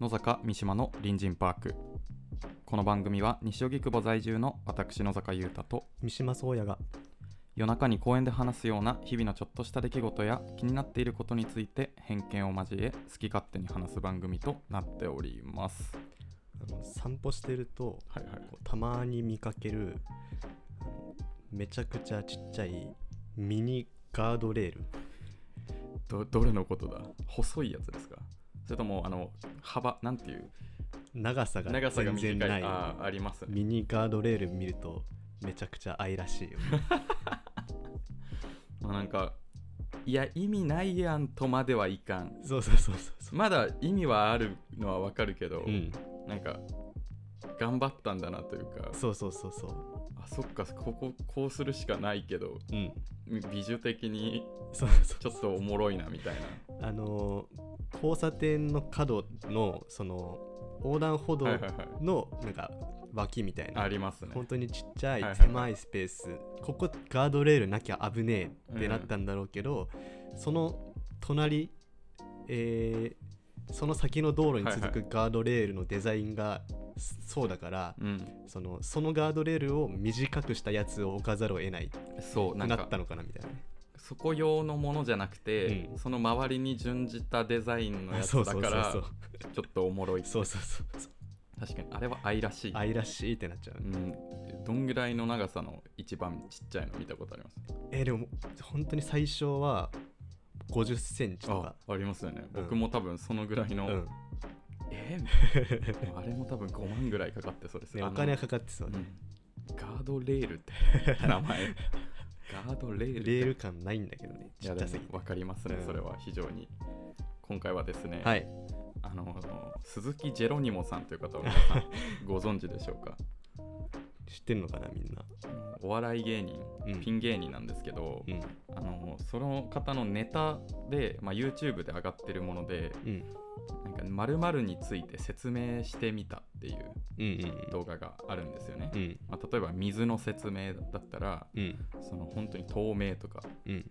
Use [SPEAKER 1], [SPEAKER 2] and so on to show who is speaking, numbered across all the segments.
[SPEAKER 1] 野坂三島の隣人パークこの番組は西荻窪在住の私野坂優太と
[SPEAKER 2] 三島宗也が
[SPEAKER 1] 夜中に公園で話すような日々のちょっとした出来事や気になっていることについて偏見を交え好き勝手に話す番組となっております
[SPEAKER 2] あの散歩してると
[SPEAKER 1] はいはい
[SPEAKER 2] こうたまに見かけるあのめちゃくちゃちっちゃいミニガードレール
[SPEAKER 1] どどれのことだ細いやつですかそれともあの幅なんていう
[SPEAKER 2] 長さが
[SPEAKER 1] 長さが短
[SPEAKER 2] 全
[SPEAKER 1] い
[SPEAKER 2] 然ない
[SPEAKER 1] あーありますね
[SPEAKER 2] ミニガードレール見るとめちゃくちゃ愛らしい よ
[SPEAKER 1] まあなんかいや意味ないやんとまではいかん
[SPEAKER 2] そうそうそうそうそ
[SPEAKER 1] まだ意味はあるのはわかるけど、
[SPEAKER 2] う、うん、
[SPEAKER 1] なんか頑張ったんだなというか
[SPEAKER 2] そうそうそうそ
[SPEAKER 1] あそっかこここうするしかないけど
[SPEAKER 2] ううん
[SPEAKER 1] み美術的に
[SPEAKER 2] そうそう
[SPEAKER 1] ちょっとおもろいなみたいな
[SPEAKER 2] あのー交差点の角のその横断歩道
[SPEAKER 1] はいはいはい
[SPEAKER 2] のなんか脇みたいな、
[SPEAKER 1] ありますね
[SPEAKER 2] 本当にちっちゃ
[SPEAKER 1] はいはい
[SPEAKER 2] い
[SPEAKER 1] はい
[SPEAKER 2] 狭いスペース、ここガードレールなきゃ危ねえってなったんだろうけど、その隣、えーその先の道路に
[SPEAKER 1] はいは
[SPEAKER 2] 続くガードレールのデザインがそうだから、
[SPEAKER 1] うん
[SPEAKER 2] そのそのガードレールを短くしたやつを置かざるを得ないって
[SPEAKER 1] そうなん
[SPEAKER 2] な
[SPEAKER 1] か
[SPEAKER 2] ったのかなみたいなね
[SPEAKER 1] そこ用のものじゃなくて、
[SPEAKER 2] うん
[SPEAKER 1] その周りに準じたデザインのやつ
[SPEAKER 2] そう
[SPEAKER 1] だ
[SPEAKER 2] そう
[SPEAKER 1] か
[SPEAKER 2] そう
[SPEAKER 1] ら
[SPEAKER 2] そう
[SPEAKER 1] ちょっとおもろい
[SPEAKER 2] そうそうそう
[SPEAKER 1] 確かにあれは愛らしい、
[SPEAKER 2] 愛らしいってなっちゃうね
[SPEAKER 1] うん、どんぐらいの長さの一番ちっちゃいの見たことあります
[SPEAKER 2] えーでも本当に最初は50センチと
[SPEAKER 1] あ
[SPEAKER 2] か、
[SPEAKER 1] ありますよね。
[SPEAKER 2] うん
[SPEAKER 1] 僕も多分そのぐらいうの、
[SPEAKER 2] ん、
[SPEAKER 1] えあれも多分5万ぐらいかかってそうです。
[SPEAKER 2] ね、
[SPEAKER 1] あ
[SPEAKER 2] お
[SPEAKER 1] の
[SPEAKER 2] 金がかかってそう
[SPEAKER 1] う
[SPEAKER 2] ね、
[SPEAKER 1] んガードレールって 名前。ガードレールって。
[SPEAKER 2] レール感ないんだけどね
[SPEAKER 1] い
[SPEAKER 2] ち
[SPEAKER 1] や
[SPEAKER 2] っ
[SPEAKER 1] で
[SPEAKER 2] ちゃ
[SPEAKER 1] も
[SPEAKER 2] すぎて
[SPEAKER 1] わかりますね、
[SPEAKER 2] うん
[SPEAKER 1] それは非常に。今回はですね、
[SPEAKER 2] はい
[SPEAKER 1] あの鈴木ジェロニモさんという方を皆さ んご存知でしょうか。
[SPEAKER 2] 知ってんのかなみんな
[SPEAKER 1] お笑い芸人、
[SPEAKER 2] うん
[SPEAKER 1] ピン芸人なんですけど、
[SPEAKER 2] うん
[SPEAKER 1] あのその方のネタで、まあ、YouTube で上がってるもので、
[SPEAKER 2] うん
[SPEAKER 1] なんか〇〇について説明してみたっていう
[SPEAKER 2] うん
[SPEAKER 1] 動画があるんですよね。
[SPEAKER 2] うんうん
[SPEAKER 1] まあ、例えば水の説明だったら
[SPEAKER 2] うん
[SPEAKER 1] その本当に透明とか
[SPEAKER 2] うん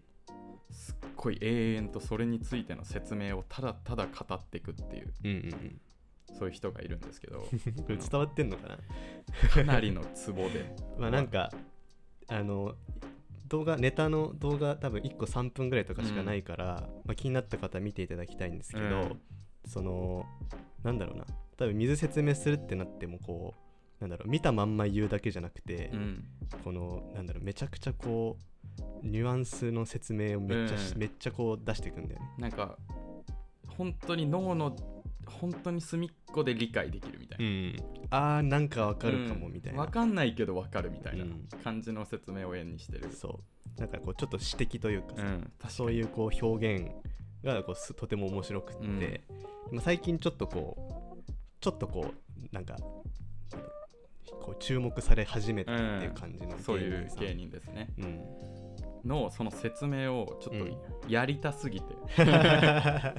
[SPEAKER 1] すっごい永遠とそれについての説明をただただ語っていくっていう
[SPEAKER 2] うんうん
[SPEAKER 1] そういう人がいるんですけ ど
[SPEAKER 2] うんこれ伝わってんのかな
[SPEAKER 1] かなりのツボ で
[SPEAKER 2] まあなんかあの動画ネタの動画多分1個3分ぐらいとかしかないから、まあ、気になった方は見ていただきたいんですけど、
[SPEAKER 1] うん
[SPEAKER 2] そのなんだろうな多分水説明するってなってもこうなんだろう見たまんま言うだけじゃなくて、
[SPEAKER 1] うん
[SPEAKER 2] このなんだろうめちゃくちゃこうニュアンスの説明をめっちゃし、
[SPEAKER 1] うん
[SPEAKER 2] めっちゃこう出していくんだよね。
[SPEAKER 1] なんか本当に脳の本当に隅っこで理解できるみたいな。
[SPEAKER 2] あーなんかわかるかも
[SPEAKER 1] うん
[SPEAKER 2] みたいな、
[SPEAKER 1] わかんないけどわかるみたいな
[SPEAKER 2] うん
[SPEAKER 1] 感じの説明を円にしてる、
[SPEAKER 2] そうなんかこうちょっと指摘というか
[SPEAKER 1] う
[SPEAKER 2] さ、
[SPEAKER 1] ん、
[SPEAKER 2] そういうこう表現がこうすとても面白くって、
[SPEAKER 1] うん
[SPEAKER 2] でも最近ちょっとこうちょっとこうなんかこう注目され始めたっていう感じの
[SPEAKER 1] そういう芸
[SPEAKER 2] 芸人
[SPEAKER 1] 人ですね
[SPEAKER 2] さん
[SPEAKER 1] のその説明をちょっ
[SPEAKER 2] うん
[SPEAKER 1] とやりたす ぎて、や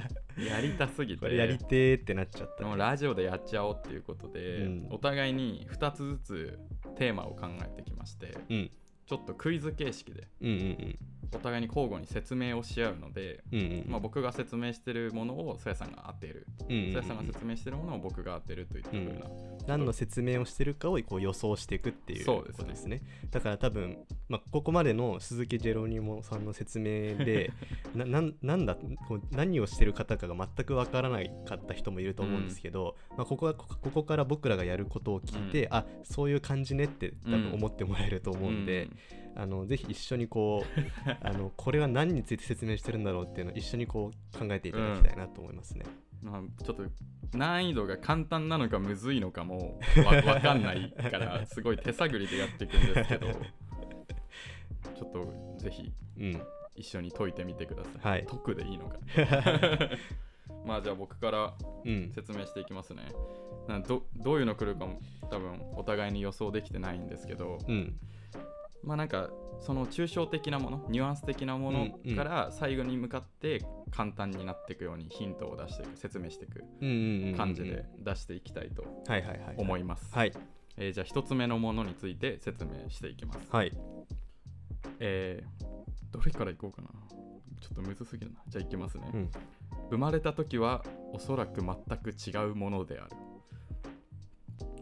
[SPEAKER 1] りたすぎ
[SPEAKER 2] うん、
[SPEAKER 1] て
[SPEAKER 2] これやりてーってなっちゃった、
[SPEAKER 1] もうラジオでやっちゃおうっていうことで、
[SPEAKER 2] うん
[SPEAKER 1] お互いに2つずつテーマを考えてきまして
[SPEAKER 2] うん
[SPEAKER 1] ちょっとクイズ形式で
[SPEAKER 2] うんうん
[SPEAKER 1] お互いに交互に説明をし合うので、
[SPEAKER 2] うんうんうん
[SPEAKER 1] まあ、僕が説明してるものをそやさんが当てる
[SPEAKER 2] うん
[SPEAKER 1] そ
[SPEAKER 2] うんうん
[SPEAKER 1] やさんが説明してるものを僕が当てるといったふうな、
[SPEAKER 2] 何の説明をしてるかをこう予想していくっていう
[SPEAKER 1] そう
[SPEAKER 2] こ
[SPEAKER 1] ですね
[SPEAKER 2] とですねだから多分、まあ、ここまでの鈴木ジェロニモさんの説明 でななんなんだこう何をしてる方かが全くわからないかった人もいると思うんですけど、まあ、ここはこここから僕らがやることを聞いて、あそういう感じねって多分思ってもらえると思うんで、あのぜひ一緒にこう あのこれは何について説明してるんだろうっていうのを一緒にこう考えていただきたいなと思いますね。
[SPEAKER 1] うんまあ、ちょっと難易度が簡単なのかむずいのかもわわかんないからすごい手探りでやっていくんです けどちょっとぜひ
[SPEAKER 2] うん、
[SPEAKER 1] 一緒に解いてみてください。
[SPEAKER 2] はい
[SPEAKER 1] 解くでいいのか。 まあじゃあ僕から
[SPEAKER 2] うん
[SPEAKER 1] 説明していきますね。なんどどういうの来るかも多分お互いに予想できてないんですけど、
[SPEAKER 2] うん
[SPEAKER 1] まあなんかその抽象的なもの、ニュアンス的なも
[SPEAKER 2] うんう
[SPEAKER 1] の
[SPEAKER 2] ん
[SPEAKER 1] から最後に向かって簡単になっていくようにヒントを出していく、説明していく
[SPEAKER 2] うんうんうんうん
[SPEAKER 1] 感じで出していきたいと
[SPEAKER 2] はいはいはい
[SPEAKER 1] 思います。
[SPEAKER 2] はい
[SPEAKER 1] えーじゃあ一つ目のものについて説明していきます。
[SPEAKER 2] はい
[SPEAKER 1] えーどれからいこうかな。ちょっとむずすぎるな。じゃあいきますね。
[SPEAKER 2] うん
[SPEAKER 1] 生まれた時はおそらく全く違うものである、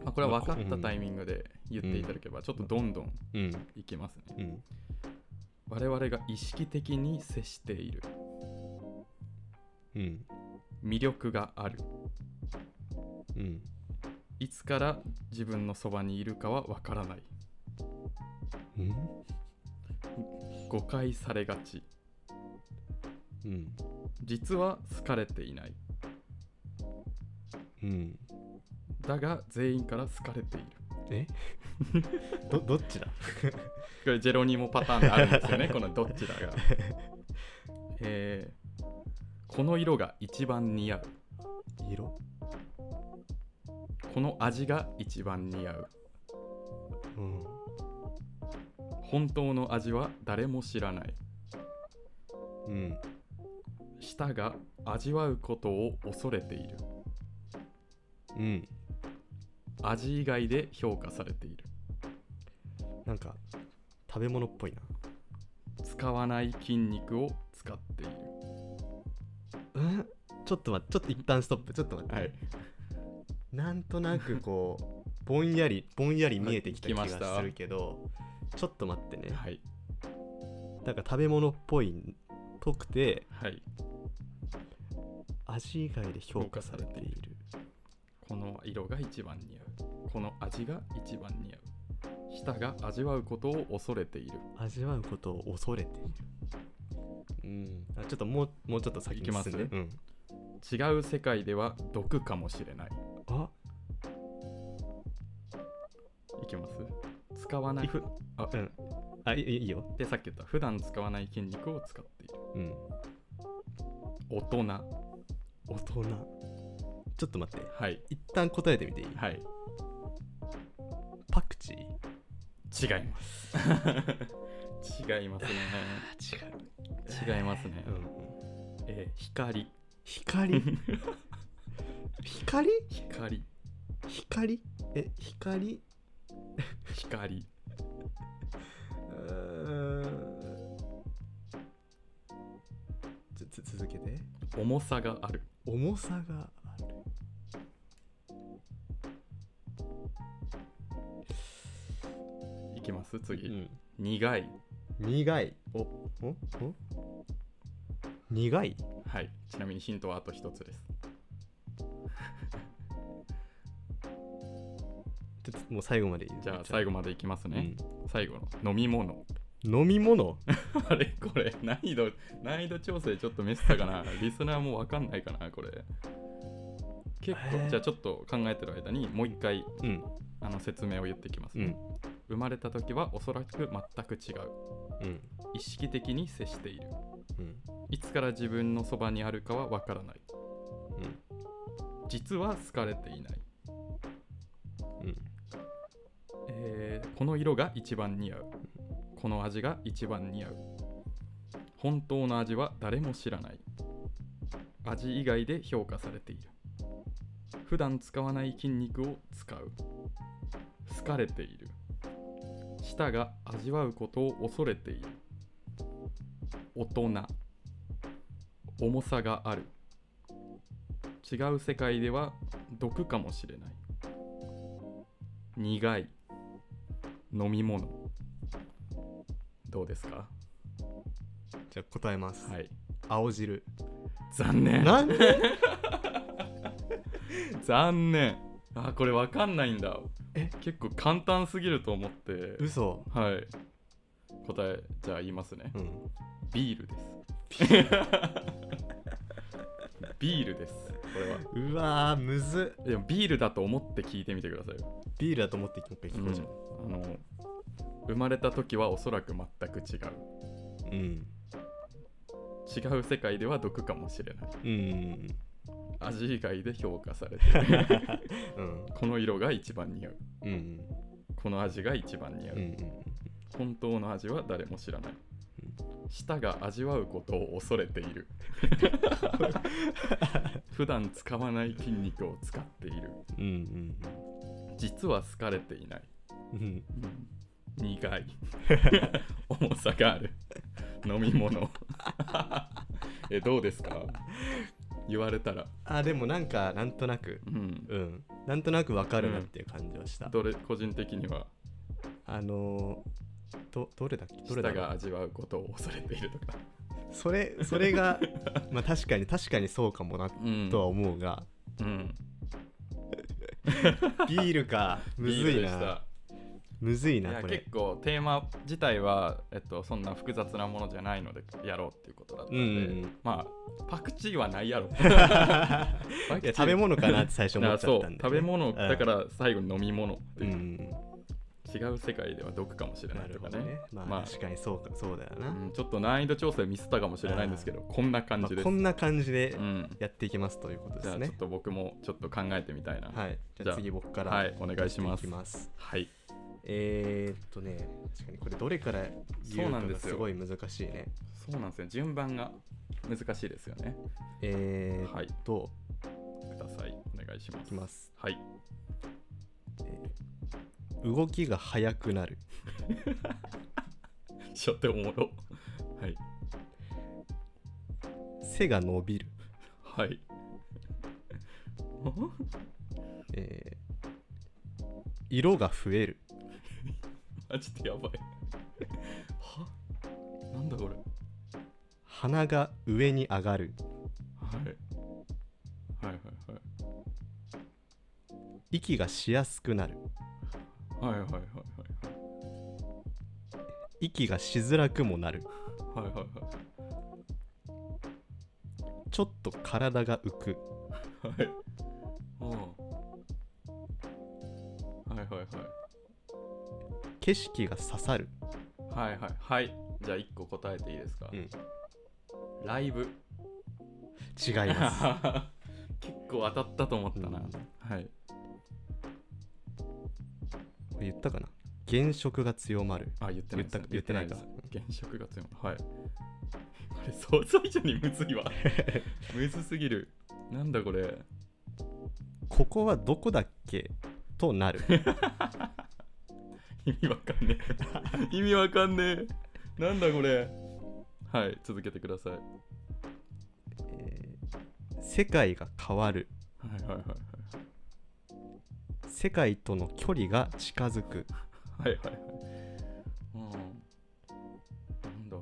[SPEAKER 1] まあ、これは分かったタイミングで言っていただければちょっとどんどん
[SPEAKER 2] うん
[SPEAKER 1] いきますね
[SPEAKER 2] うん
[SPEAKER 1] 我々が意識的に接している
[SPEAKER 2] うん
[SPEAKER 1] 魅力がある
[SPEAKER 2] うん
[SPEAKER 1] いつから自分のそばにいるかは分からない
[SPEAKER 2] うん
[SPEAKER 1] 誤解されがち
[SPEAKER 2] うん
[SPEAKER 1] 実は好かれていない
[SPEAKER 2] うん
[SPEAKER 1] だが全員から好かれている
[SPEAKER 2] えどどっちだ
[SPEAKER 1] これジェロニモパターンであるんですよ ねこのどっちだがえーこの色が一番似合う
[SPEAKER 2] 色
[SPEAKER 1] この味が一番似合う
[SPEAKER 2] うん
[SPEAKER 1] 本当の味は誰も知らない
[SPEAKER 2] うん
[SPEAKER 1] 舌が味わうことを恐れている
[SPEAKER 2] うん
[SPEAKER 1] 味以外で評価されている
[SPEAKER 2] なんか食べ物っぽいな
[SPEAKER 1] 使わない筋肉を使っている
[SPEAKER 2] うんちょっと待ってちょっと一旦ストップちょっと待って、
[SPEAKER 1] はい
[SPEAKER 2] なんとなくこうぼんやりぼんやり見えてきた気
[SPEAKER 1] は
[SPEAKER 2] が
[SPEAKER 1] い来ました
[SPEAKER 2] するけどちょっと待ってね
[SPEAKER 1] はい
[SPEAKER 2] なんか食べ物っぽいっぽくて
[SPEAKER 1] はい
[SPEAKER 2] 味以外で評価されてい
[SPEAKER 1] 評
[SPEAKER 2] る
[SPEAKER 1] この色が一番似合うこの味が一番似合う舌が味わうことを恐れている
[SPEAKER 2] 味わうことを恐れているうんあちょっともうもうちょっと先に進んで
[SPEAKER 1] いきます
[SPEAKER 2] うん、
[SPEAKER 1] 違う世界では毒かもしれない
[SPEAKER 2] あ
[SPEAKER 1] いきます使わないふあ
[SPEAKER 2] うんあいいいいよ
[SPEAKER 1] でさっき言った普段使わない筋肉を使っている
[SPEAKER 2] うん
[SPEAKER 1] 大人
[SPEAKER 2] 大人ちょっと待って
[SPEAKER 1] はい
[SPEAKER 2] 一旦答えてみていい、
[SPEAKER 1] はい
[SPEAKER 2] パクチー
[SPEAKER 1] 違います 違いますね
[SPEAKER 2] あ違う
[SPEAKER 1] 違いますね、
[SPEAKER 2] うん
[SPEAKER 1] えー光
[SPEAKER 2] 光光
[SPEAKER 1] 光
[SPEAKER 2] 光え光
[SPEAKER 1] 光
[SPEAKER 2] うーんつつ続けて
[SPEAKER 1] 重さがある
[SPEAKER 2] 重さがある
[SPEAKER 1] いきます次、
[SPEAKER 2] うん
[SPEAKER 1] 苦い
[SPEAKER 2] 苦いおおお苦い
[SPEAKER 1] はいちなみにヒントはあと一つです
[SPEAKER 2] ちょっともう最後まで言う
[SPEAKER 1] じゃあ最後までいきますね、最後の飲み物
[SPEAKER 2] うん飲み物
[SPEAKER 1] あれこれ難易度難易度調整ちょっとミスったか なリスナーもわかんないかなこれ結構、
[SPEAKER 2] えー
[SPEAKER 1] じゃあちょっと考えてる間にもう一回
[SPEAKER 2] うん
[SPEAKER 1] あの説明を言ってきます
[SPEAKER 2] う
[SPEAKER 1] ね、
[SPEAKER 2] ん
[SPEAKER 1] 生まれた時はおそらく全く違う
[SPEAKER 2] うん
[SPEAKER 1] 意識的に接している
[SPEAKER 2] うん
[SPEAKER 1] いつから自分のそばにあるかはわからない実は好かれていない、
[SPEAKER 2] うん
[SPEAKER 1] えーこの色が一番似合うこの味が一番似合う本当の味は誰も知らない味以外で評価されている普段使わない筋肉を使う好かれている舌が味わうことを恐れている大人重さがある違う世界では毒かもしれない苦い飲み物どうですか
[SPEAKER 2] じゃあ答えます、
[SPEAKER 1] はい
[SPEAKER 2] 青汁
[SPEAKER 1] 残念
[SPEAKER 2] なん で
[SPEAKER 1] 残念あこれわかんないんだ
[SPEAKER 2] え
[SPEAKER 1] 結構簡単すぎると思って
[SPEAKER 2] 嘘
[SPEAKER 1] はい答えじゃあ言いますね
[SPEAKER 2] うん
[SPEAKER 1] ビールです ビールですこれは
[SPEAKER 2] うわーむずっ
[SPEAKER 1] でもビールだと思って聞いてみてくださいよ
[SPEAKER 2] ビールだと思って一回聞こうじゃん
[SPEAKER 1] あの生まれた時はおそらく全く違う
[SPEAKER 2] うん
[SPEAKER 1] 違う世界では毒かもしれない
[SPEAKER 2] うん
[SPEAKER 1] 味以外で評価されている
[SPEAKER 2] うん
[SPEAKER 1] この色が一番似合う
[SPEAKER 2] うん
[SPEAKER 1] この味が一番似合う、
[SPEAKER 2] うん
[SPEAKER 1] 本当の味は誰も知らない舌が味わうことを恐れている 普段使わない筋肉を使っている
[SPEAKER 2] うんうん
[SPEAKER 1] 実は好かれていない
[SPEAKER 2] うん
[SPEAKER 1] 苦い重さ がある飲み物えどうですか言われたら、
[SPEAKER 2] あでもなんかなんとなく
[SPEAKER 1] うん、
[SPEAKER 2] うんなんとなくわかるなっていう感じはした、
[SPEAKER 1] どれ個人的には
[SPEAKER 2] あのーどどれだっけど
[SPEAKER 1] 舌
[SPEAKER 2] れだろう
[SPEAKER 1] が味わうことを恐れているとか、
[SPEAKER 2] それそ れがまあ確かに確かにそうかもな
[SPEAKER 1] うん
[SPEAKER 2] とは思うが、
[SPEAKER 1] うん、
[SPEAKER 2] ビール かむず
[SPEAKER 1] ビール
[SPEAKER 2] い
[SPEAKER 1] でした
[SPEAKER 2] なむずい
[SPEAKER 1] い
[SPEAKER 2] な
[SPEAKER 1] や
[SPEAKER 2] これ
[SPEAKER 1] 結構テーマ自体は、えっと、そんな複雑なものじゃないのでやろうっていうことだったんで、
[SPEAKER 2] うんうんうん
[SPEAKER 1] まあパクチーはないや ろ
[SPEAKER 2] いや食べ物かなって最初思っちゃったん
[SPEAKER 1] だからそう食
[SPEAKER 2] だ、
[SPEAKER 1] べ物だからら最後に飲み物って
[SPEAKER 2] う
[SPEAKER 1] い
[SPEAKER 2] ん
[SPEAKER 1] う、違う世界では毒かもしれ
[SPEAKER 2] うん
[SPEAKER 1] な
[SPEAKER 2] ないる
[SPEAKER 1] とか
[SPEAKER 2] ほ
[SPEAKER 1] ね
[SPEAKER 2] どねまあ、
[SPEAKER 1] まあ
[SPEAKER 2] 確かにそうかそうだよな、
[SPEAKER 1] うんちょっと難易度調整ミスったかもしれないんですけどこんな感
[SPEAKER 2] ま
[SPEAKER 1] じ
[SPEAKER 2] あ、
[SPEAKER 1] です、
[SPEAKER 2] こんな感じで
[SPEAKER 1] うん、
[SPEAKER 2] やっていきますということ
[SPEAKER 1] じ
[SPEAKER 2] で
[SPEAKER 1] ゃあ
[SPEAKER 2] す
[SPEAKER 1] ちょ
[SPEAKER 2] ね
[SPEAKER 1] っ、と僕もちょっと考えてみたいなは
[SPEAKER 2] はいじ
[SPEAKER 1] じゃあ
[SPEAKER 2] ゃあ次僕から
[SPEAKER 1] はいお願いします
[SPEAKER 2] きます
[SPEAKER 1] い
[SPEAKER 2] えー、っとね確かにこれどれから
[SPEAKER 1] そ
[SPEAKER 2] 言
[SPEAKER 1] う
[SPEAKER 2] う
[SPEAKER 1] なん
[SPEAKER 2] の
[SPEAKER 1] で
[SPEAKER 2] が
[SPEAKER 1] すよ
[SPEAKER 2] すごい難しいね
[SPEAKER 1] そうなんですね順番が難しいですよね
[SPEAKER 2] えー、
[SPEAKER 1] はい
[SPEAKER 2] っと、
[SPEAKER 1] くださいお願いしま
[SPEAKER 2] い
[SPEAKER 1] す
[SPEAKER 2] きます
[SPEAKER 1] はい
[SPEAKER 2] 動きが速くなる
[SPEAKER 1] ちょっとおもろはい
[SPEAKER 2] 背が伸びる、
[SPEAKER 1] はい。
[SPEAKER 2] えー色が増える
[SPEAKER 1] マジでやばい。はなんだこれ。
[SPEAKER 2] 鼻が上に上がる
[SPEAKER 1] はい。はいは
[SPEAKER 2] 息がしやすくなる
[SPEAKER 1] いはい。はいはいはい
[SPEAKER 2] 息がしづらくもなる
[SPEAKER 1] はい。はいはい
[SPEAKER 2] ちょっと体が浮く
[SPEAKER 1] はい。はい。うん。はいはいはい。
[SPEAKER 2] 景色が刺さる
[SPEAKER 1] はいはいはい。じゃあ一個答えていいですか、
[SPEAKER 2] うん
[SPEAKER 1] ライブ。
[SPEAKER 2] 違います
[SPEAKER 1] 結構当たったと思ったな。
[SPEAKER 2] うん
[SPEAKER 1] はい。
[SPEAKER 2] これ言ったかな原色が強まる
[SPEAKER 1] あ、言ってないですね
[SPEAKER 2] 言った言ってないか
[SPEAKER 1] 言ってないです原色が強い。はい。これ、想像以上にむずいわ。むずすぎる。なんだこれ。
[SPEAKER 2] ここはどこだっけとなる
[SPEAKER 1] 意味わかんねえ。意味わかんねえ。なんだこれ。はい、続けてください。は
[SPEAKER 2] 世界が変わる
[SPEAKER 1] いはいはい
[SPEAKER 2] 世界との距離が近づく
[SPEAKER 1] はい。はいはいはい。うん。なんだ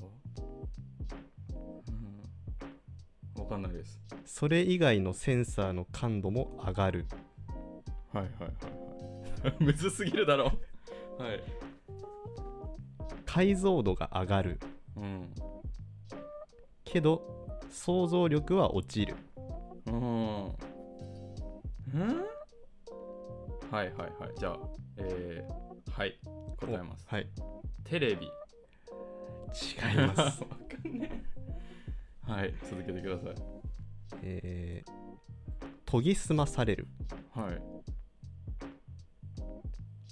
[SPEAKER 1] うん。わかんないです。
[SPEAKER 2] それ以外のセンサーの感度も上がる
[SPEAKER 1] はいはいはい はい。むずすぎるだろ。はい。
[SPEAKER 2] 解像度が上がる
[SPEAKER 1] うん。
[SPEAKER 2] けど想像力は落ちる
[SPEAKER 1] うん。んはいはいはい。じゃあ、えー、はい、答えます。
[SPEAKER 2] はい
[SPEAKER 1] テレビ。
[SPEAKER 2] 違 います
[SPEAKER 1] わかんねえ。はい、続けてください。
[SPEAKER 2] えー研ぎ澄まされる
[SPEAKER 1] はい。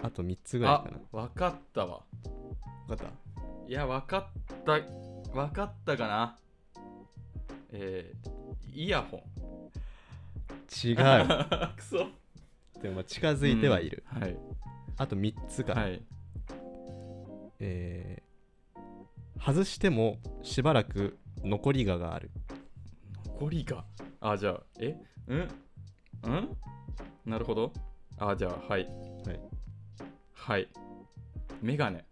[SPEAKER 2] あと3つぐらい
[SPEAKER 1] あ
[SPEAKER 2] かな、
[SPEAKER 1] わかったわ。
[SPEAKER 2] 分かっ
[SPEAKER 1] いや、わかった、わかったかな。えー、イヤホン。
[SPEAKER 2] た 違う
[SPEAKER 1] くそ。
[SPEAKER 2] でもまあ近づいてはいる、
[SPEAKER 1] うん。はい。
[SPEAKER 2] あと3つか、
[SPEAKER 1] はい。
[SPEAKER 2] えー外してもしばらく残りががある
[SPEAKER 1] ゴリが。あ、じゃあ、えうんうんなるほど。あ、じゃあ、はい。
[SPEAKER 2] はい。
[SPEAKER 1] はい。メガネ。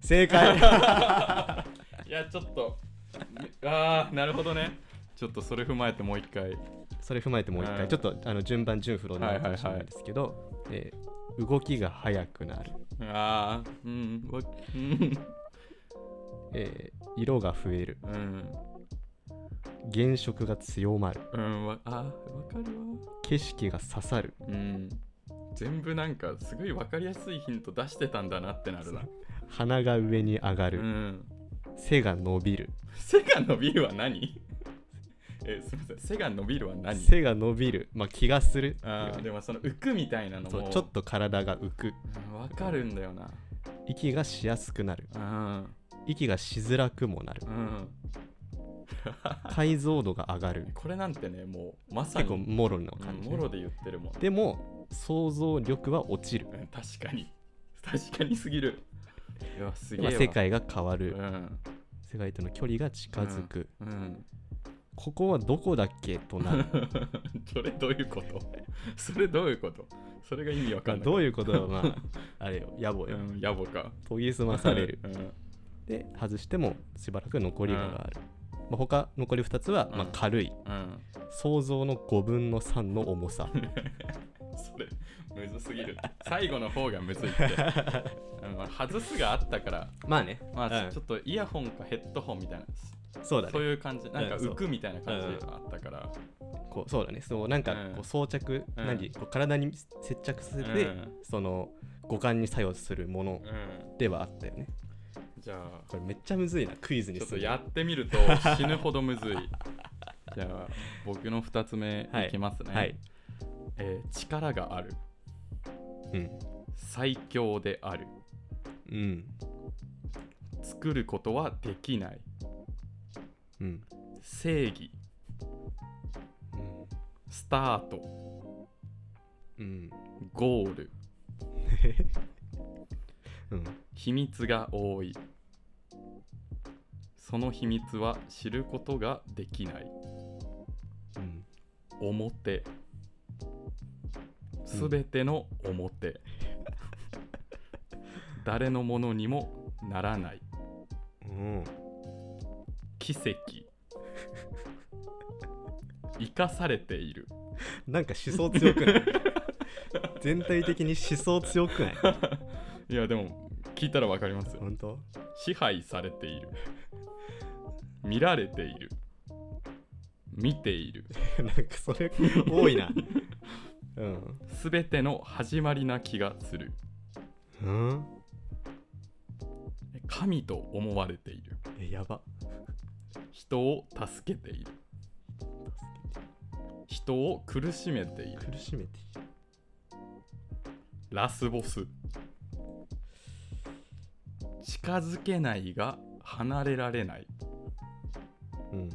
[SPEAKER 2] 正 解
[SPEAKER 1] いや、ちょっと。 ああ、なるほどね。ちょっとそれ踏まえてもう一回。
[SPEAKER 2] それ踏まえてもう一
[SPEAKER 1] はい
[SPEAKER 2] 回ちょっとあの順番順不動になるかもしれないですけど、えー動きが速くなる、
[SPEAKER 1] ああ、うん。わうん。
[SPEAKER 2] えー色が増える
[SPEAKER 1] うん。
[SPEAKER 2] 原色が強まる
[SPEAKER 1] うん。わあー、わかるわ。
[SPEAKER 2] 景色が刺さる
[SPEAKER 1] うん。全部なんかすごいわかりやすいヒント出してたんだなってなるな。
[SPEAKER 2] 鼻が上に上が
[SPEAKER 1] う
[SPEAKER 2] る、
[SPEAKER 1] ん。
[SPEAKER 2] 背が伸びる
[SPEAKER 1] 背が伸びるは何 え、すみません。背が伸びるは何
[SPEAKER 2] 背が伸びる、まあ、気がする
[SPEAKER 1] あーでもその浮くみたいなの
[SPEAKER 2] そう
[SPEAKER 1] も
[SPEAKER 2] ちょっと体が浮く
[SPEAKER 1] うんわかるんだよな
[SPEAKER 2] 息がしやすくなる
[SPEAKER 1] うん
[SPEAKER 2] 息がしづらくも なる
[SPEAKER 1] うん
[SPEAKER 2] 解像度が上がる
[SPEAKER 1] これなんてねもうまさ
[SPEAKER 2] 結構
[SPEAKER 1] に
[SPEAKER 2] もろの
[SPEAKER 1] うん
[SPEAKER 2] 感じね、
[SPEAKER 1] もろで言ってるもん
[SPEAKER 2] でも想像力は落ちる、
[SPEAKER 1] うん確かに確かにすぎるいやすげえ
[SPEAKER 2] まあ、
[SPEAKER 1] わ
[SPEAKER 2] 世界が変わる、
[SPEAKER 1] うん
[SPEAKER 2] 世界との距離が近づく、
[SPEAKER 1] うん
[SPEAKER 2] ここはどこだっけとなる
[SPEAKER 1] それどういうこと それどういうことそれが意味わかんない。
[SPEAKER 2] どう
[SPEAKER 1] いう
[SPEAKER 2] いうことだろうな あれよ野暮よ、
[SPEAKER 1] ん、野暮か。
[SPEAKER 2] 研ぎ澄まされる
[SPEAKER 1] うん。
[SPEAKER 2] で外してもしばらく残りがある、まあ、他残り2つは、まあ
[SPEAKER 1] うん
[SPEAKER 2] 軽い
[SPEAKER 1] うん。
[SPEAKER 2] 想像の5分の3の 重さ
[SPEAKER 1] それ、むずすぎる。最後の方がむずい って。うんまあ外すがあったから、
[SPEAKER 2] まあね、
[SPEAKER 1] まあ、
[SPEAKER 2] うん
[SPEAKER 1] ちょっとイヤホンかヘッドホンみたいな、
[SPEAKER 2] そうだね
[SPEAKER 1] そういう感じ、なんか
[SPEAKER 2] うんそう
[SPEAKER 1] 浮くみたいな感じがあったから。
[SPEAKER 2] こうそうだねそうなんか
[SPEAKER 1] うん
[SPEAKER 2] こう装着、
[SPEAKER 1] うん
[SPEAKER 2] 何こう体に接着させて、
[SPEAKER 1] うん
[SPEAKER 2] その五感に作用するもの
[SPEAKER 1] うん。
[SPEAKER 2] ではあったよね
[SPEAKER 1] じゃあ、
[SPEAKER 2] これめっちゃむずいなクイズに
[SPEAKER 1] ちょっ
[SPEAKER 2] す
[SPEAKER 1] と
[SPEAKER 2] る
[SPEAKER 1] やってみると死ぬほどむ ずい。じゃあ、僕の2つ目
[SPEAKER 2] はい
[SPEAKER 1] いきますね。
[SPEAKER 2] はい、
[SPEAKER 1] えー力がある。
[SPEAKER 2] うん
[SPEAKER 1] 最強である。
[SPEAKER 2] うん
[SPEAKER 1] 作ることはできない。
[SPEAKER 2] うん
[SPEAKER 1] 正義。スタート。
[SPEAKER 2] うんうん
[SPEAKER 1] ゴール。
[SPEAKER 2] うん
[SPEAKER 1] 秘密が多い。その秘密は知ることができない。
[SPEAKER 2] うん
[SPEAKER 1] 表。すべての表。誰のものにもならない。
[SPEAKER 2] うん
[SPEAKER 1] 奇跡。生かされている。
[SPEAKER 2] なんか思想強 くない全体的に思想強くない
[SPEAKER 1] いや、でも、聞いたらわかりますよ。
[SPEAKER 2] 本当
[SPEAKER 1] 支配されている見られている見ている
[SPEAKER 2] なんかそれ多いなうん
[SPEAKER 1] すべての始まりな気がする
[SPEAKER 2] うん
[SPEAKER 1] 神と思われている
[SPEAKER 2] えやば
[SPEAKER 1] 人を助けている人を苦しめている
[SPEAKER 2] 苦しめている
[SPEAKER 1] ラスボス近づけないが離れられない
[SPEAKER 2] うん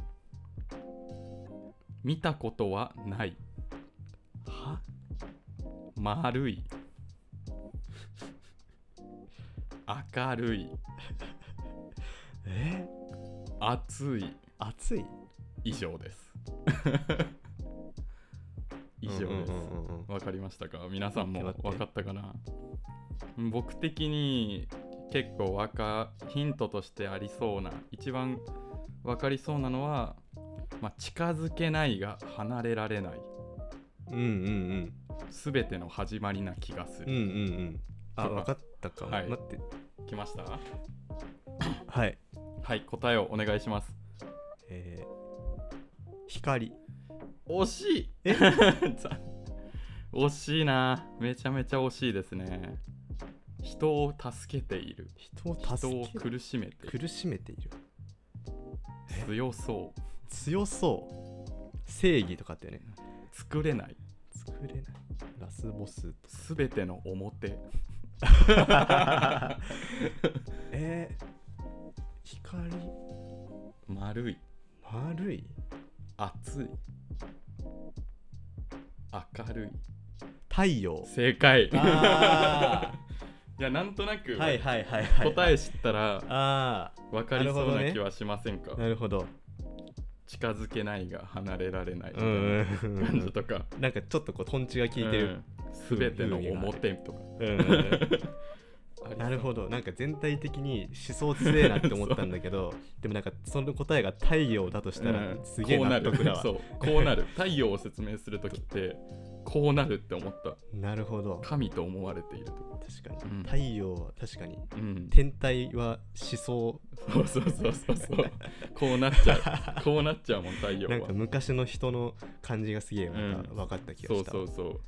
[SPEAKER 1] 見たことはない
[SPEAKER 2] は
[SPEAKER 1] 丸い明るい
[SPEAKER 2] え
[SPEAKER 1] 熱い
[SPEAKER 2] 熱い
[SPEAKER 1] 以上です 以上ですわ、
[SPEAKER 2] うんうんうんうん
[SPEAKER 1] かりましたか皆さんも
[SPEAKER 2] 待って待
[SPEAKER 1] 分
[SPEAKER 2] って
[SPEAKER 1] かったかな僕的に結構わかヒントとしてありそうな一番分かりそうなのは、まあ、近づけないが離れられない
[SPEAKER 2] うんうん
[SPEAKER 1] 全ての始まりな気がす
[SPEAKER 2] うんうんう
[SPEAKER 1] る、
[SPEAKER 2] んうんあ
[SPEAKER 1] そうか
[SPEAKER 2] 分かったかも、
[SPEAKER 1] はい
[SPEAKER 2] 待って
[SPEAKER 1] 来ました
[SPEAKER 2] はい
[SPEAKER 1] はい答えをお願いします
[SPEAKER 2] えー、光
[SPEAKER 1] 惜しい残 惜しいなめちゃめちゃ惜しいですね人を助けている
[SPEAKER 2] 人を
[SPEAKER 1] 人
[SPEAKER 2] 助
[SPEAKER 1] を
[SPEAKER 2] ける
[SPEAKER 1] 苦しめている
[SPEAKER 2] 苦しめている
[SPEAKER 1] 強そう
[SPEAKER 2] 強そう正義とかあってね
[SPEAKER 1] 作れない
[SPEAKER 2] 作れないラスボ スと
[SPEAKER 1] すべての表
[SPEAKER 2] えー、光
[SPEAKER 1] 丸い
[SPEAKER 2] 丸い
[SPEAKER 1] 熱い明るい
[SPEAKER 2] 太陽
[SPEAKER 1] 正解
[SPEAKER 2] あ
[SPEAKER 1] いやなんとなく
[SPEAKER 2] ーはいはいはいはい
[SPEAKER 1] 答
[SPEAKER 2] え
[SPEAKER 1] え知ったら
[SPEAKER 2] あ
[SPEAKER 1] 分かりそう
[SPEAKER 2] なるほどね
[SPEAKER 1] な気はしませんか、
[SPEAKER 2] あなるほど
[SPEAKER 1] 近づけないが離れられないみ
[SPEAKER 2] う
[SPEAKER 1] た
[SPEAKER 2] ん
[SPEAKER 1] い
[SPEAKER 2] うんう
[SPEAKER 1] な感じ
[SPEAKER 2] ん
[SPEAKER 1] とか
[SPEAKER 2] なんかちょっとこうとんちが効いてる、
[SPEAKER 1] すべての表とか
[SPEAKER 2] うんうん
[SPEAKER 1] あ
[SPEAKER 2] うん
[SPEAKER 1] りそう
[SPEAKER 2] なるほどなんか全体的に思想強えなって思ったんだけどでもなんかその答えが太陽だとしたら
[SPEAKER 1] うん
[SPEAKER 2] すげえ
[SPEAKER 1] こうな
[SPEAKER 2] 納
[SPEAKER 1] る
[SPEAKER 2] 得だわ、
[SPEAKER 1] そうこうなる太陽を説明するときってこうなるって思った
[SPEAKER 2] なるほど
[SPEAKER 1] 神と思われているとか
[SPEAKER 2] 確か
[SPEAKER 1] う
[SPEAKER 2] に
[SPEAKER 1] ん
[SPEAKER 2] 太陽は確かに
[SPEAKER 1] うん
[SPEAKER 2] 天体は思想
[SPEAKER 1] そうそうそうそう そうこうなっちゃうこうなっちゃうもん太陽
[SPEAKER 2] なん
[SPEAKER 1] は
[SPEAKER 2] か昔の人の感じがすげえなんか
[SPEAKER 1] うん
[SPEAKER 2] 分かった気が
[SPEAKER 1] そ
[SPEAKER 2] し
[SPEAKER 1] う
[SPEAKER 2] た、
[SPEAKER 1] そうそう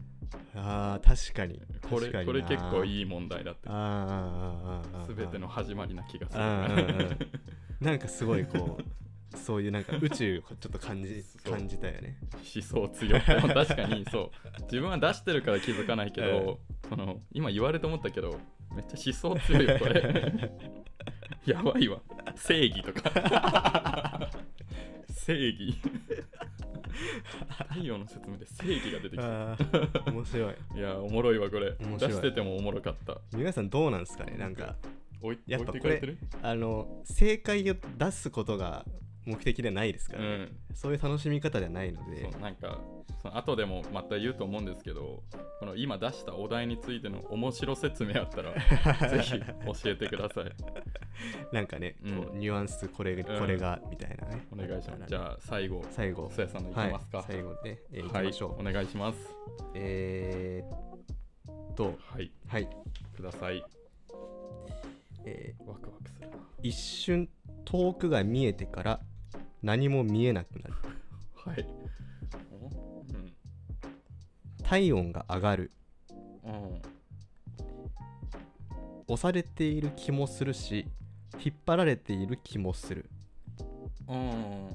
[SPEAKER 2] あー確かに
[SPEAKER 1] これ
[SPEAKER 2] 確かに
[SPEAKER 1] これ結構
[SPEAKER 2] い
[SPEAKER 1] いい問題だって
[SPEAKER 2] あーあーあーあーあ
[SPEAKER 1] す
[SPEAKER 2] ー
[SPEAKER 1] べての始まりな気がす
[SPEAKER 2] うんうんうん
[SPEAKER 1] る
[SPEAKER 2] なんかすごいこう そういうなんか宇宙をちょっと感じ
[SPEAKER 1] そう
[SPEAKER 2] 感じたよね
[SPEAKER 1] 思想強いでも確かにそう自分は出してるから気づかないけど、その今言われて思ったけどめっちゃ思想強いよこ れやばいわ正義とか正義太陽の説明で正義が出てきた
[SPEAKER 2] あー面白い
[SPEAKER 1] いやおもろいわこれ
[SPEAKER 2] 面白
[SPEAKER 1] 出
[SPEAKER 2] い
[SPEAKER 1] しててもおもろかった
[SPEAKER 2] 皆さんどうなんですかねなんか
[SPEAKER 1] 置い
[SPEAKER 2] やっ
[SPEAKER 1] 置
[SPEAKER 2] ぱ
[SPEAKER 1] いて
[SPEAKER 2] こ
[SPEAKER 1] く
[SPEAKER 2] れ
[SPEAKER 1] れてる
[SPEAKER 2] あの正解を出すことが目的ではないですか
[SPEAKER 1] う
[SPEAKER 2] ら、ね
[SPEAKER 1] ん、
[SPEAKER 2] そういう楽しみ方じゃないので
[SPEAKER 1] そうなんかその後でもまた言うと思うんですけどこの今出したお題についての面白説明あった らぜひ教えてください
[SPEAKER 2] なんかね、
[SPEAKER 1] うん
[SPEAKER 2] こうニュアンスこれ,、これがみたいなね
[SPEAKER 1] お願いし
[SPEAKER 2] あ
[SPEAKER 1] ま
[SPEAKER 2] ったらね
[SPEAKER 1] すじゃあ最後
[SPEAKER 2] 最後
[SPEAKER 1] そやさんのいき
[SPEAKER 2] はい
[SPEAKER 1] ますか、
[SPEAKER 2] 最後ね、えーいき
[SPEAKER 1] はい
[SPEAKER 2] ましょう、
[SPEAKER 1] お願いします
[SPEAKER 2] えーっと
[SPEAKER 1] はい
[SPEAKER 2] はい、
[SPEAKER 1] ください
[SPEAKER 2] えー
[SPEAKER 1] ワクワクするな
[SPEAKER 2] 一瞬遠くが見えてから何も見えなくなる
[SPEAKER 1] はいおうん
[SPEAKER 2] 体温が上がる
[SPEAKER 1] うん
[SPEAKER 2] 押されている気もするし引っ張られている気もする
[SPEAKER 1] うん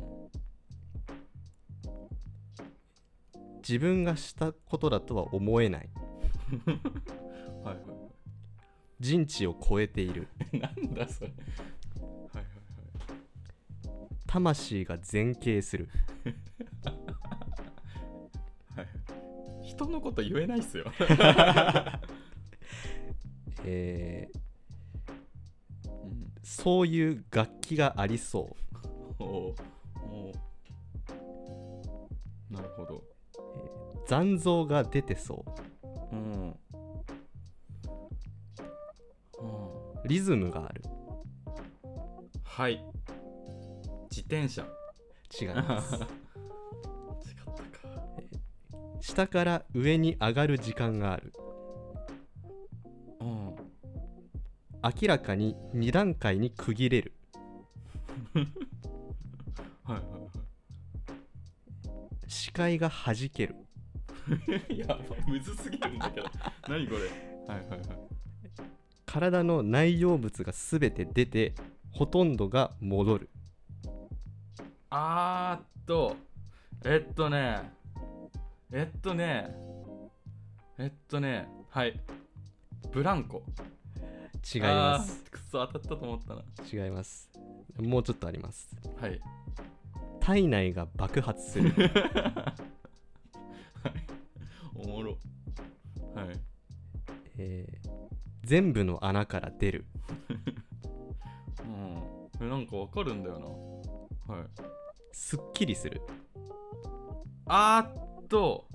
[SPEAKER 2] 自分がしたことだとは思えない
[SPEAKER 1] はいは
[SPEAKER 2] 人知を超えている
[SPEAKER 1] い なんだそれはいはい
[SPEAKER 2] 魂が前傾する
[SPEAKER 1] はいはい人のこと言えないっ すよ
[SPEAKER 2] えー
[SPEAKER 1] うん
[SPEAKER 2] そういう楽器がありそ
[SPEAKER 1] おおおうなるほど
[SPEAKER 2] う残像が出てそ
[SPEAKER 1] うんうん
[SPEAKER 2] うリズムがある
[SPEAKER 1] はい自転車
[SPEAKER 2] 違います
[SPEAKER 1] 違ったか
[SPEAKER 2] 下から上に上がる時間がある
[SPEAKER 1] うん
[SPEAKER 2] 明らかに2段階に区切れる
[SPEAKER 1] はいは
[SPEAKER 2] 視界が弾ける
[SPEAKER 1] いはい やばむずすぎるんだけ ど何これはいはいはい
[SPEAKER 2] 体の内容物が全て出てほとんどが戻る
[SPEAKER 1] あーっとえっとねえっとねえっとねはいブランコ
[SPEAKER 2] 違います
[SPEAKER 1] あーくそ当たったと思ったな
[SPEAKER 2] 違いますもうちょっとあります
[SPEAKER 1] はい
[SPEAKER 2] 体内が爆発する
[SPEAKER 1] おもろはい
[SPEAKER 2] えー全部の穴から出る
[SPEAKER 1] うんえなんかわかるんだよなはい
[SPEAKER 2] すっきりする
[SPEAKER 1] あーっと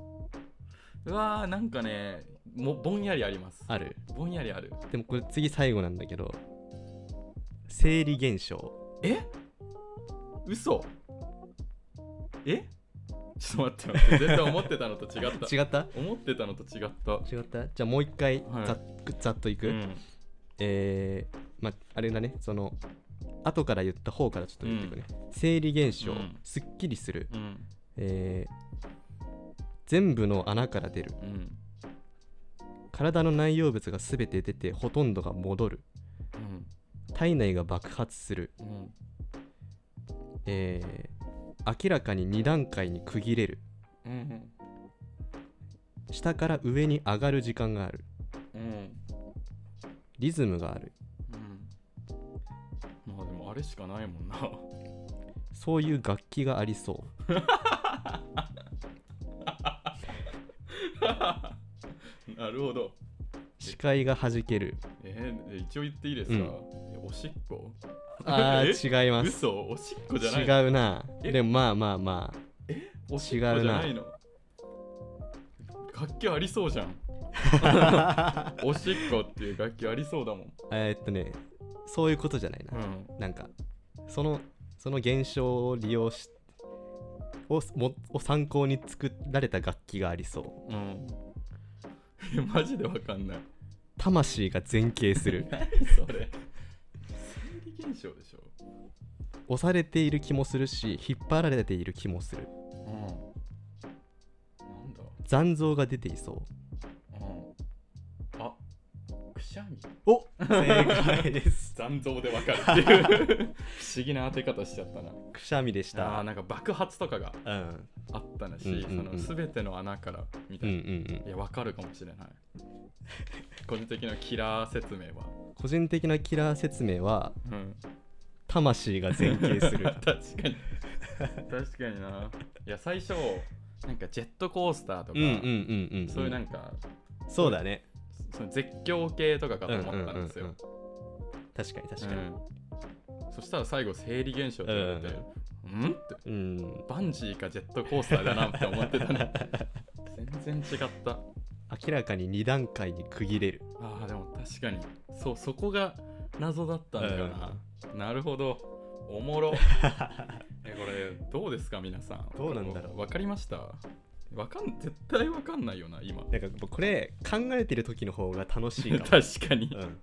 [SPEAKER 1] うわーなんかねもぼんやりあります
[SPEAKER 2] ある
[SPEAKER 1] ぼんやりある
[SPEAKER 2] でもこれ次最後なんだけど生理現象
[SPEAKER 1] え嘘えちょっと待って待って絶対思ってたのと違った
[SPEAKER 2] 違った
[SPEAKER 1] 思ってたのと違った
[SPEAKER 2] 違ったじゃあもう一回
[SPEAKER 1] はい
[SPEAKER 2] ざっ,、ざっといく、
[SPEAKER 1] うん
[SPEAKER 2] えー、まああれだねその後から言った方からちょっと言っていくね、生理現象、
[SPEAKER 1] うん
[SPEAKER 2] すっきりする、
[SPEAKER 1] うん
[SPEAKER 2] えー全部の穴から出る
[SPEAKER 1] うん
[SPEAKER 2] 体の内容物が全て出てほとんどが戻る
[SPEAKER 1] うん
[SPEAKER 2] 体内が爆発する、
[SPEAKER 1] うん
[SPEAKER 2] えー明らかに2段階に区切れる
[SPEAKER 1] うん
[SPEAKER 2] 下から上に上がる時間がある
[SPEAKER 1] うん
[SPEAKER 2] リズムがある
[SPEAKER 1] うんまあでもあれしかないもんな
[SPEAKER 2] そういう楽器がありそう
[SPEAKER 1] なるほど
[SPEAKER 2] 視界が弾ける
[SPEAKER 1] えー、え一応言っていいですか、
[SPEAKER 2] うん
[SPEAKER 1] えおしっこ
[SPEAKER 2] あ
[SPEAKER 1] え
[SPEAKER 2] ー違います
[SPEAKER 1] 嘘おしっこじゃないの
[SPEAKER 2] 違うな
[SPEAKER 1] え
[SPEAKER 2] でもまあまあまあ
[SPEAKER 1] おしっこじゃないの楽器ありそうじゃ んおしっこっていう楽器ありそうだもん、
[SPEAKER 2] えーっとねそういうことじゃないな、
[SPEAKER 1] ん、
[SPEAKER 2] なんかそのその現象を利用しをもを参考に作られた楽器がありそう
[SPEAKER 1] うんえマジでわかん ない
[SPEAKER 2] 魂が前傾する
[SPEAKER 1] 何それ生理現象でしょ
[SPEAKER 2] 押されている気もするし引っ張られている気もする
[SPEAKER 1] うんなんだ
[SPEAKER 2] 残像が出ていそ
[SPEAKER 1] うんあくしゃみ
[SPEAKER 2] うお正解です
[SPEAKER 1] 残像でわかるっていう不思議な当て方しちゃったな
[SPEAKER 2] くしゃみでし
[SPEAKER 1] あー
[SPEAKER 2] た
[SPEAKER 1] なんか爆発とかが
[SPEAKER 2] うん
[SPEAKER 1] あったなし、
[SPEAKER 2] うんうんうん
[SPEAKER 1] その全ての穴からみ
[SPEAKER 2] う
[SPEAKER 1] た
[SPEAKER 2] んう
[SPEAKER 1] い
[SPEAKER 2] ん
[SPEAKER 1] な、
[SPEAKER 2] うん
[SPEAKER 1] いやわかるかもしれない 個人的なキラー説明は、
[SPEAKER 2] 個人的なキラー説明は
[SPEAKER 1] うん、
[SPEAKER 2] 魂が前傾する
[SPEAKER 1] 確かに確かにないや最初なんかジェットコースターとか、
[SPEAKER 2] うんうんうんうん、うん、
[SPEAKER 1] そういうなんか
[SPEAKER 2] そうだね
[SPEAKER 1] その絶叫系とかかと思ったんですよ、
[SPEAKER 2] ううううん確かに確かに、
[SPEAKER 1] うんそしたら最後生理現象って言われて、んって
[SPEAKER 2] うん
[SPEAKER 1] バンジーかジェットコースターだなって思ってた ね全然違った
[SPEAKER 2] 明らかに2段階に区切れる
[SPEAKER 1] あーでも確かにそうそこが謎だったんだよな、なるほどおも ろえこれどうですか皆さん
[SPEAKER 2] どうなんだろう
[SPEAKER 1] 分かりましたわかん絶対わかんないよな今
[SPEAKER 2] なんかこれ考えてる時の方が楽し い
[SPEAKER 1] 確
[SPEAKER 2] かも
[SPEAKER 1] かに、
[SPEAKER 2] う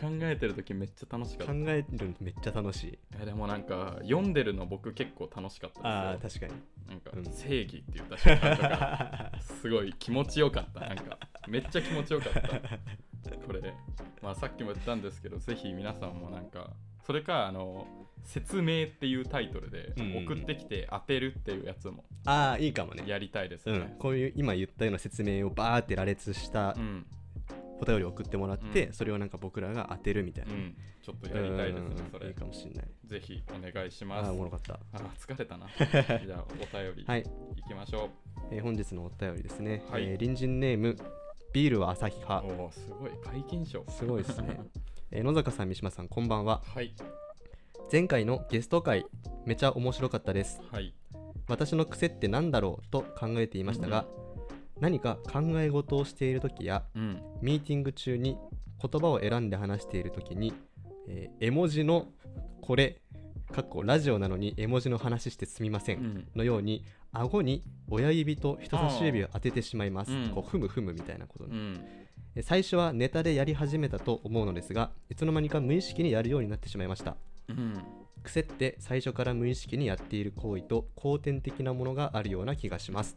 [SPEAKER 1] 考
[SPEAKER 2] ん
[SPEAKER 1] えてる時めっちゃ楽しかった
[SPEAKER 2] 考えるのめっちゃ楽しい
[SPEAKER 1] えでもなんか読んでるの僕結構楽しかった
[SPEAKER 2] あ
[SPEAKER 1] ん
[SPEAKER 2] ー
[SPEAKER 1] です
[SPEAKER 2] 確か
[SPEAKER 1] よな
[SPEAKER 2] に
[SPEAKER 1] んか
[SPEAKER 2] うん
[SPEAKER 1] 正義って言った瞬間とか すごい気持ちよかったなんかめっちゃ気持ちよかったこれ、まあ、さっきも言ったんですけどぜひ皆さんもなんかそれかあの説明っていうタイトルで
[SPEAKER 2] うん
[SPEAKER 1] 送ってきて当てるっていうやつも
[SPEAKER 2] ああいいかもね
[SPEAKER 1] やりたいですね、
[SPEAKER 2] うん、こういう今言ったような説明をバーって羅列した
[SPEAKER 1] うん
[SPEAKER 2] お便りを送ってもらって、
[SPEAKER 1] うん
[SPEAKER 2] それをなんか僕らが当てるみたいな、
[SPEAKER 1] うんちょっとやりたいですね
[SPEAKER 2] うん
[SPEAKER 1] それ
[SPEAKER 2] いいかもしんない
[SPEAKER 1] ぜひお願いし
[SPEAKER 2] あ
[SPEAKER 1] ま
[SPEAKER 2] あ
[SPEAKER 1] す
[SPEAKER 2] ーおもろかった
[SPEAKER 1] あ疲れた なじゃあお便り
[SPEAKER 2] はいい、
[SPEAKER 1] きましょ
[SPEAKER 2] えー本日のお便りですね、
[SPEAKER 1] はい
[SPEAKER 2] えー隣人ネームビールは朝
[SPEAKER 1] う、
[SPEAKER 2] 日派
[SPEAKER 1] おおすごい解禁賞
[SPEAKER 2] すごいですね、えー野坂さん三島さんこんばんは
[SPEAKER 1] はい
[SPEAKER 2] 前回のゲスト会めちゃ面白かったです
[SPEAKER 1] はい
[SPEAKER 2] 私の癖って何だろうと考えていましたが、何か考え事をしている時や
[SPEAKER 1] うん
[SPEAKER 2] ミーティング中に言葉を選んで話している時に、えー絵文字のこれかっこラジオなのに絵文字の話してすみませ、
[SPEAKER 1] うんん
[SPEAKER 2] のように顎に親指と人差し指を当ててしまいます、
[SPEAKER 1] うん
[SPEAKER 2] こうふむふむみたいなことね、
[SPEAKER 1] うん
[SPEAKER 2] え最初はネタでやり始めたと思うのですがいつの間にか無意識にやるようになってしまいました
[SPEAKER 1] うん
[SPEAKER 2] 癖って最初から無意識にやっている行為と後天的なものがあるような気がします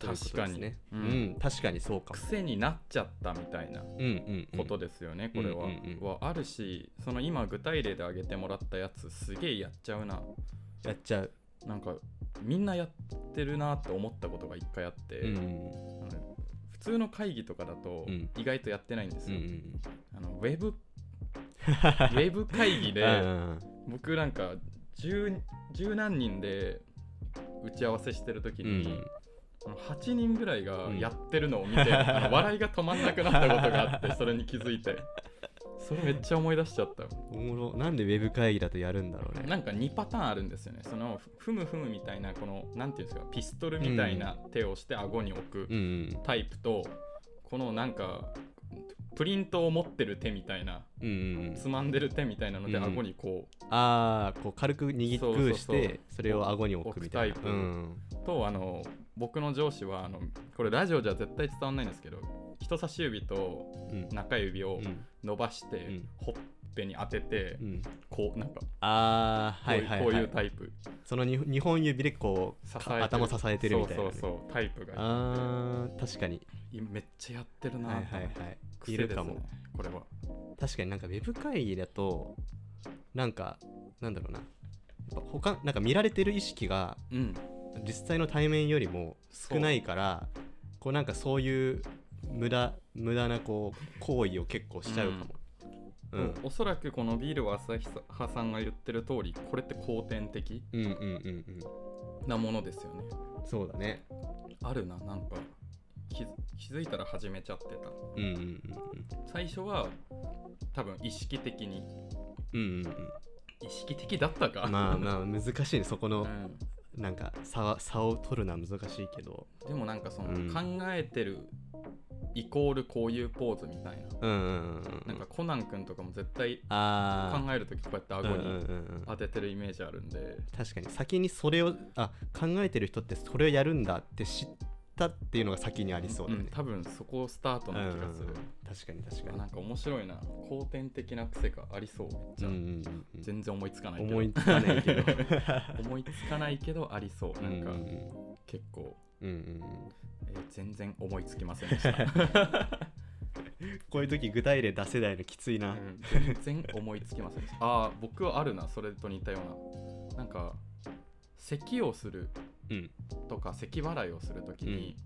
[SPEAKER 1] 確
[SPEAKER 2] という
[SPEAKER 1] か
[SPEAKER 2] ことです
[SPEAKER 1] に
[SPEAKER 2] ねう、
[SPEAKER 1] うんん
[SPEAKER 2] 確かにそうかも
[SPEAKER 1] 癖になっちゃったみたいな
[SPEAKER 2] うんうん、うん、
[SPEAKER 1] ことですよね、これは,、
[SPEAKER 2] うんうんうん
[SPEAKER 1] はあるしその今具体例で挙げてもらったやつすげえやっちゃうな
[SPEAKER 2] やっちゃう、
[SPEAKER 1] なんかみんなやってるなって思ったことが一回あって、
[SPEAKER 2] うんうん
[SPEAKER 1] あの普通の会議とかだと
[SPEAKER 2] うん
[SPEAKER 1] 意外とやってないんです
[SPEAKER 2] うんう
[SPEAKER 1] よ、
[SPEAKER 2] ん
[SPEAKER 1] あのウ ェブウェブ会議
[SPEAKER 2] うんうん
[SPEAKER 1] で僕なんか十十何人で打ち合わせしてる時
[SPEAKER 2] うんう
[SPEAKER 1] に、
[SPEAKER 2] ん
[SPEAKER 1] あの8人ぐらいが
[SPEAKER 2] うん
[SPEAKER 1] やってるのを見 て、あの笑いが止まんなくなったことがあってそれに気づいてそれめっちゃ思い出しちゃった
[SPEAKER 2] おもろなんでウェブ会議だとやるんだろうね
[SPEAKER 1] なんか2パターンあるんですよねそのふふむふむみたいなこのなんていうんですかピストルみたいな手をして顎に置く
[SPEAKER 2] うんうん
[SPEAKER 1] タイプと、このなんかプリントを持ってる手みたいな
[SPEAKER 2] うんうん
[SPEAKER 1] つまんでる手みたいなので
[SPEAKER 2] うん
[SPEAKER 1] 顎にこ
[SPEAKER 2] ああこう軽く
[SPEAKER 1] そう
[SPEAKER 2] 握
[SPEAKER 1] そうそう
[SPEAKER 2] くしてそれを顎に置くみたいな
[SPEAKER 1] 置くタイプ
[SPEAKER 2] うん
[SPEAKER 1] うとあの僕の上司はあのこれラジオじゃ絶対伝わんないんですけど人差し指と
[SPEAKER 2] うん
[SPEAKER 1] 中指を、
[SPEAKER 2] うん
[SPEAKER 1] 伸ばして、
[SPEAKER 2] うん
[SPEAKER 1] ほっぺに当てて、
[SPEAKER 2] うん
[SPEAKER 1] こうなんかこ
[SPEAKER 2] ああ
[SPEAKER 1] う,、
[SPEAKER 2] はいはい
[SPEAKER 1] こう
[SPEAKER 2] はいいう
[SPEAKER 1] タイプ
[SPEAKER 2] そのに2本指でこう
[SPEAKER 1] 支えて
[SPEAKER 2] か頭支えてるみたいなね
[SPEAKER 1] そうそうそうタイプが
[SPEAKER 2] あー確かに
[SPEAKER 1] いめっちゃやってるな、
[SPEAKER 2] はいはいはいいるか
[SPEAKER 1] 癖
[SPEAKER 2] も、
[SPEAKER 1] ですねこれは
[SPEAKER 2] 確かになんかウェブ会議だとなんかなんだろうなやっぱ他なんか見られてる意識が
[SPEAKER 1] うん
[SPEAKER 2] 実際の対面よりも
[SPEAKER 1] そう
[SPEAKER 2] 少ないからこうなんかそういう無駄無駄なこう行為を結構しちゃうかも、う
[SPEAKER 1] お
[SPEAKER 2] ん、
[SPEAKER 1] おそらくこのビールは朝日ささんが言ってる通りこれって後天的
[SPEAKER 2] うんうんうんうん
[SPEAKER 1] なものですよね
[SPEAKER 2] そうだね
[SPEAKER 1] あるななんか気づ気づいたら始めちゃってた
[SPEAKER 2] うんうん
[SPEAKER 1] 最初は多分意識的に
[SPEAKER 2] うんうんうんうん
[SPEAKER 1] 意識的だったか
[SPEAKER 2] うんまあ
[SPEAKER 1] あ、
[SPEAKER 2] まあ難しいねそこ
[SPEAKER 1] う
[SPEAKER 2] の
[SPEAKER 1] ん、
[SPEAKER 2] なんか差は差を取るのは難しいけど
[SPEAKER 1] でもなんかその、
[SPEAKER 2] うん
[SPEAKER 1] 考えてるイコールこういうポーズみたいな、
[SPEAKER 2] うんうんうん
[SPEAKER 1] なんかコナン君とかも絶対考
[SPEAKER 2] ああ
[SPEAKER 1] える時こうやって
[SPEAKER 2] うん
[SPEAKER 1] 顎
[SPEAKER 2] うん
[SPEAKER 1] に
[SPEAKER 2] うんうん
[SPEAKER 1] 当ててるイメージあるんで、
[SPEAKER 2] 確かに先にそれをあ考えてる人ってそれをやるんだって知ったっていうのが先にありそうだ
[SPEAKER 1] う
[SPEAKER 2] ね
[SPEAKER 1] ん、多分そこをスタート
[SPEAKER 2] うんう
[SPEAKER 1] なん
[SPEAKER 2] う
[SPEAKER 1] 気
[SPEAKER 2] ん
[SPEAKER 1] がする、
[SPEAKER 2] 確かに確か
[SPEAKER 1] あ
[SPEAKER 2] に
[SPEAKER 1] なんか面白いな後天的な癖がありそうめっち
[SPEAKER 2] う
[SPEAKER 1] ゃ、
[SPEAKER 2] んうんうんうん
[SPEAKER 1] 全然思いつかないけど
[SPEAKER 2] 思いつかないけど
[SPEAKER 1] 思いつかないけどありそうなんか
[SPEAKER 2] うん
[SPEAKER 1] 結構、
[SPEAKER 2] うんうん
[SPEAKER 1] えー全然思いつきませんでした、
[SPEAKER 2] こういう時具体例出せないのきついな、
[SPEAKER 1] うん全然思いつきませんでしたああ僕はあるなそれと似たようななんか咳をする
[SPEAKER 2] うん
[SPEAKER 1] とか咳払いをするときに、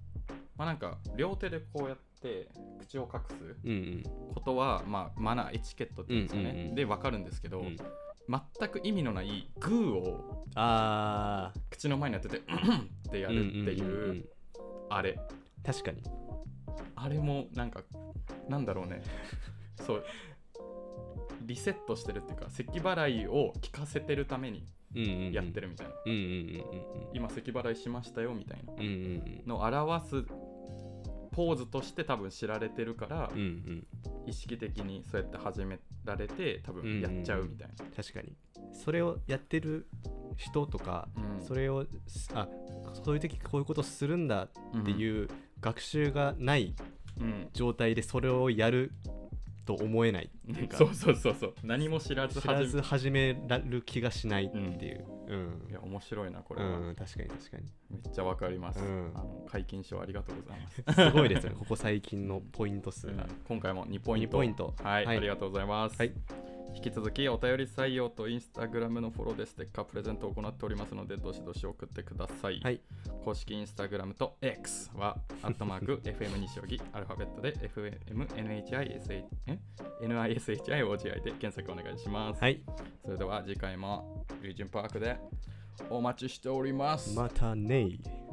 [SPEAKER 1] まあなんか両手でこうやって口を隠す
[SPEAKER 2] うんうん
[SPEAKER 1] ことは、まあ、マナーエチケットって言うんですかね、
[SPEAKER 2] うんうんうん
[SPEAKER 1] でわかるんですけど、
[SPEAKER 2] うん
[SPEAKER 1] 全く意味のないグーを
[SPEAKER 2] あー
[SPEAKER 1] 口の前に当ててうんうんってやるってい
[SPEAKER 2] んんん
[SPEAKER 1] うんあれ
[SPEAKER 2] 確かに
[SPEAKER 1] あれもなんかなんだろうね そうリセットしてるっていうか咳払いを聞かせてるために
[SPEAKER 2] うんうん
[SPEAKER 1] やってるみたいな、
[SPEAKER 2] うんうんうん
[SPEAKER 1] 今咳払いしましたよみたいな
[SPEAKER 2] うんうんうん
[SPEAKER 1] のを表すポーズとして多分知られてるから、
[SPEAKER 2] うんうん
[SPEAKER 1] 意識的にそうやって始められて多分やっちゃうみたいな、
[SPEAKER 2] 確かにそれをやってる人とか
[SPEAKER 1] うん
[SPEAKER 2] それをすあそういう時こういうことするんだって
[SPEAKER 1] う
[SPEAKER 2] いう学習がない
[SPEAKER 1] ん、
[SPEAKER 2] 状態でそれをやると思えないっていうか
[SPEAKER 1] そうそうそうそう何も知らず
[SPEAKER 2] 知ら
[SPEAKER 1] 始
[SPEAKER 2] ず
[SPEAKER 1] め
[SPEAKER 2] 始められる気がしないっていううん
[SPEAKER 1] いや面白いなこ
[SPEAKER 2] う
[SPEAKER 1] れは、
[SPEAKER 2] ん確かに確かに
[SPEAKER 1] めっちゃわかります、
[SPEAKER 2] うん
[SPEAKER 1] あの解禁賞ありがとうございます、
[SPEAKER 2] すごいですねここ最近のポイント数
[SPEAKER 1] うん
[SPEAKER 2] が
[SPEAKER 1] 今回も2ポイン
[SPEAKER 2] 2
[SPEAKER 1] ト
[SPEAKER 2] ポイント
[SPEAKER 1] はい、
[SPEAKER 2] はい
[SPEAKER 1] ありがとうございます、
[SPEAKER 2] はい
[SPEAKER 1] 引き続きお便り採用とインスタグラムのフォローでステッカープレゼントを行っておりますのでどしどし送ってください、
[SPEAKER 2] はい
[SPEAKER 1] 公式インスタグラムと X はアットマーク FM 西荻アルファベットで FMNHISHI NISHIOGI で検索お願いします、
[SPEAKER 2] はい
[SPEAKER 1] それでは次回もリージュンパークでお待ちしております
[SPEAKER 2] またね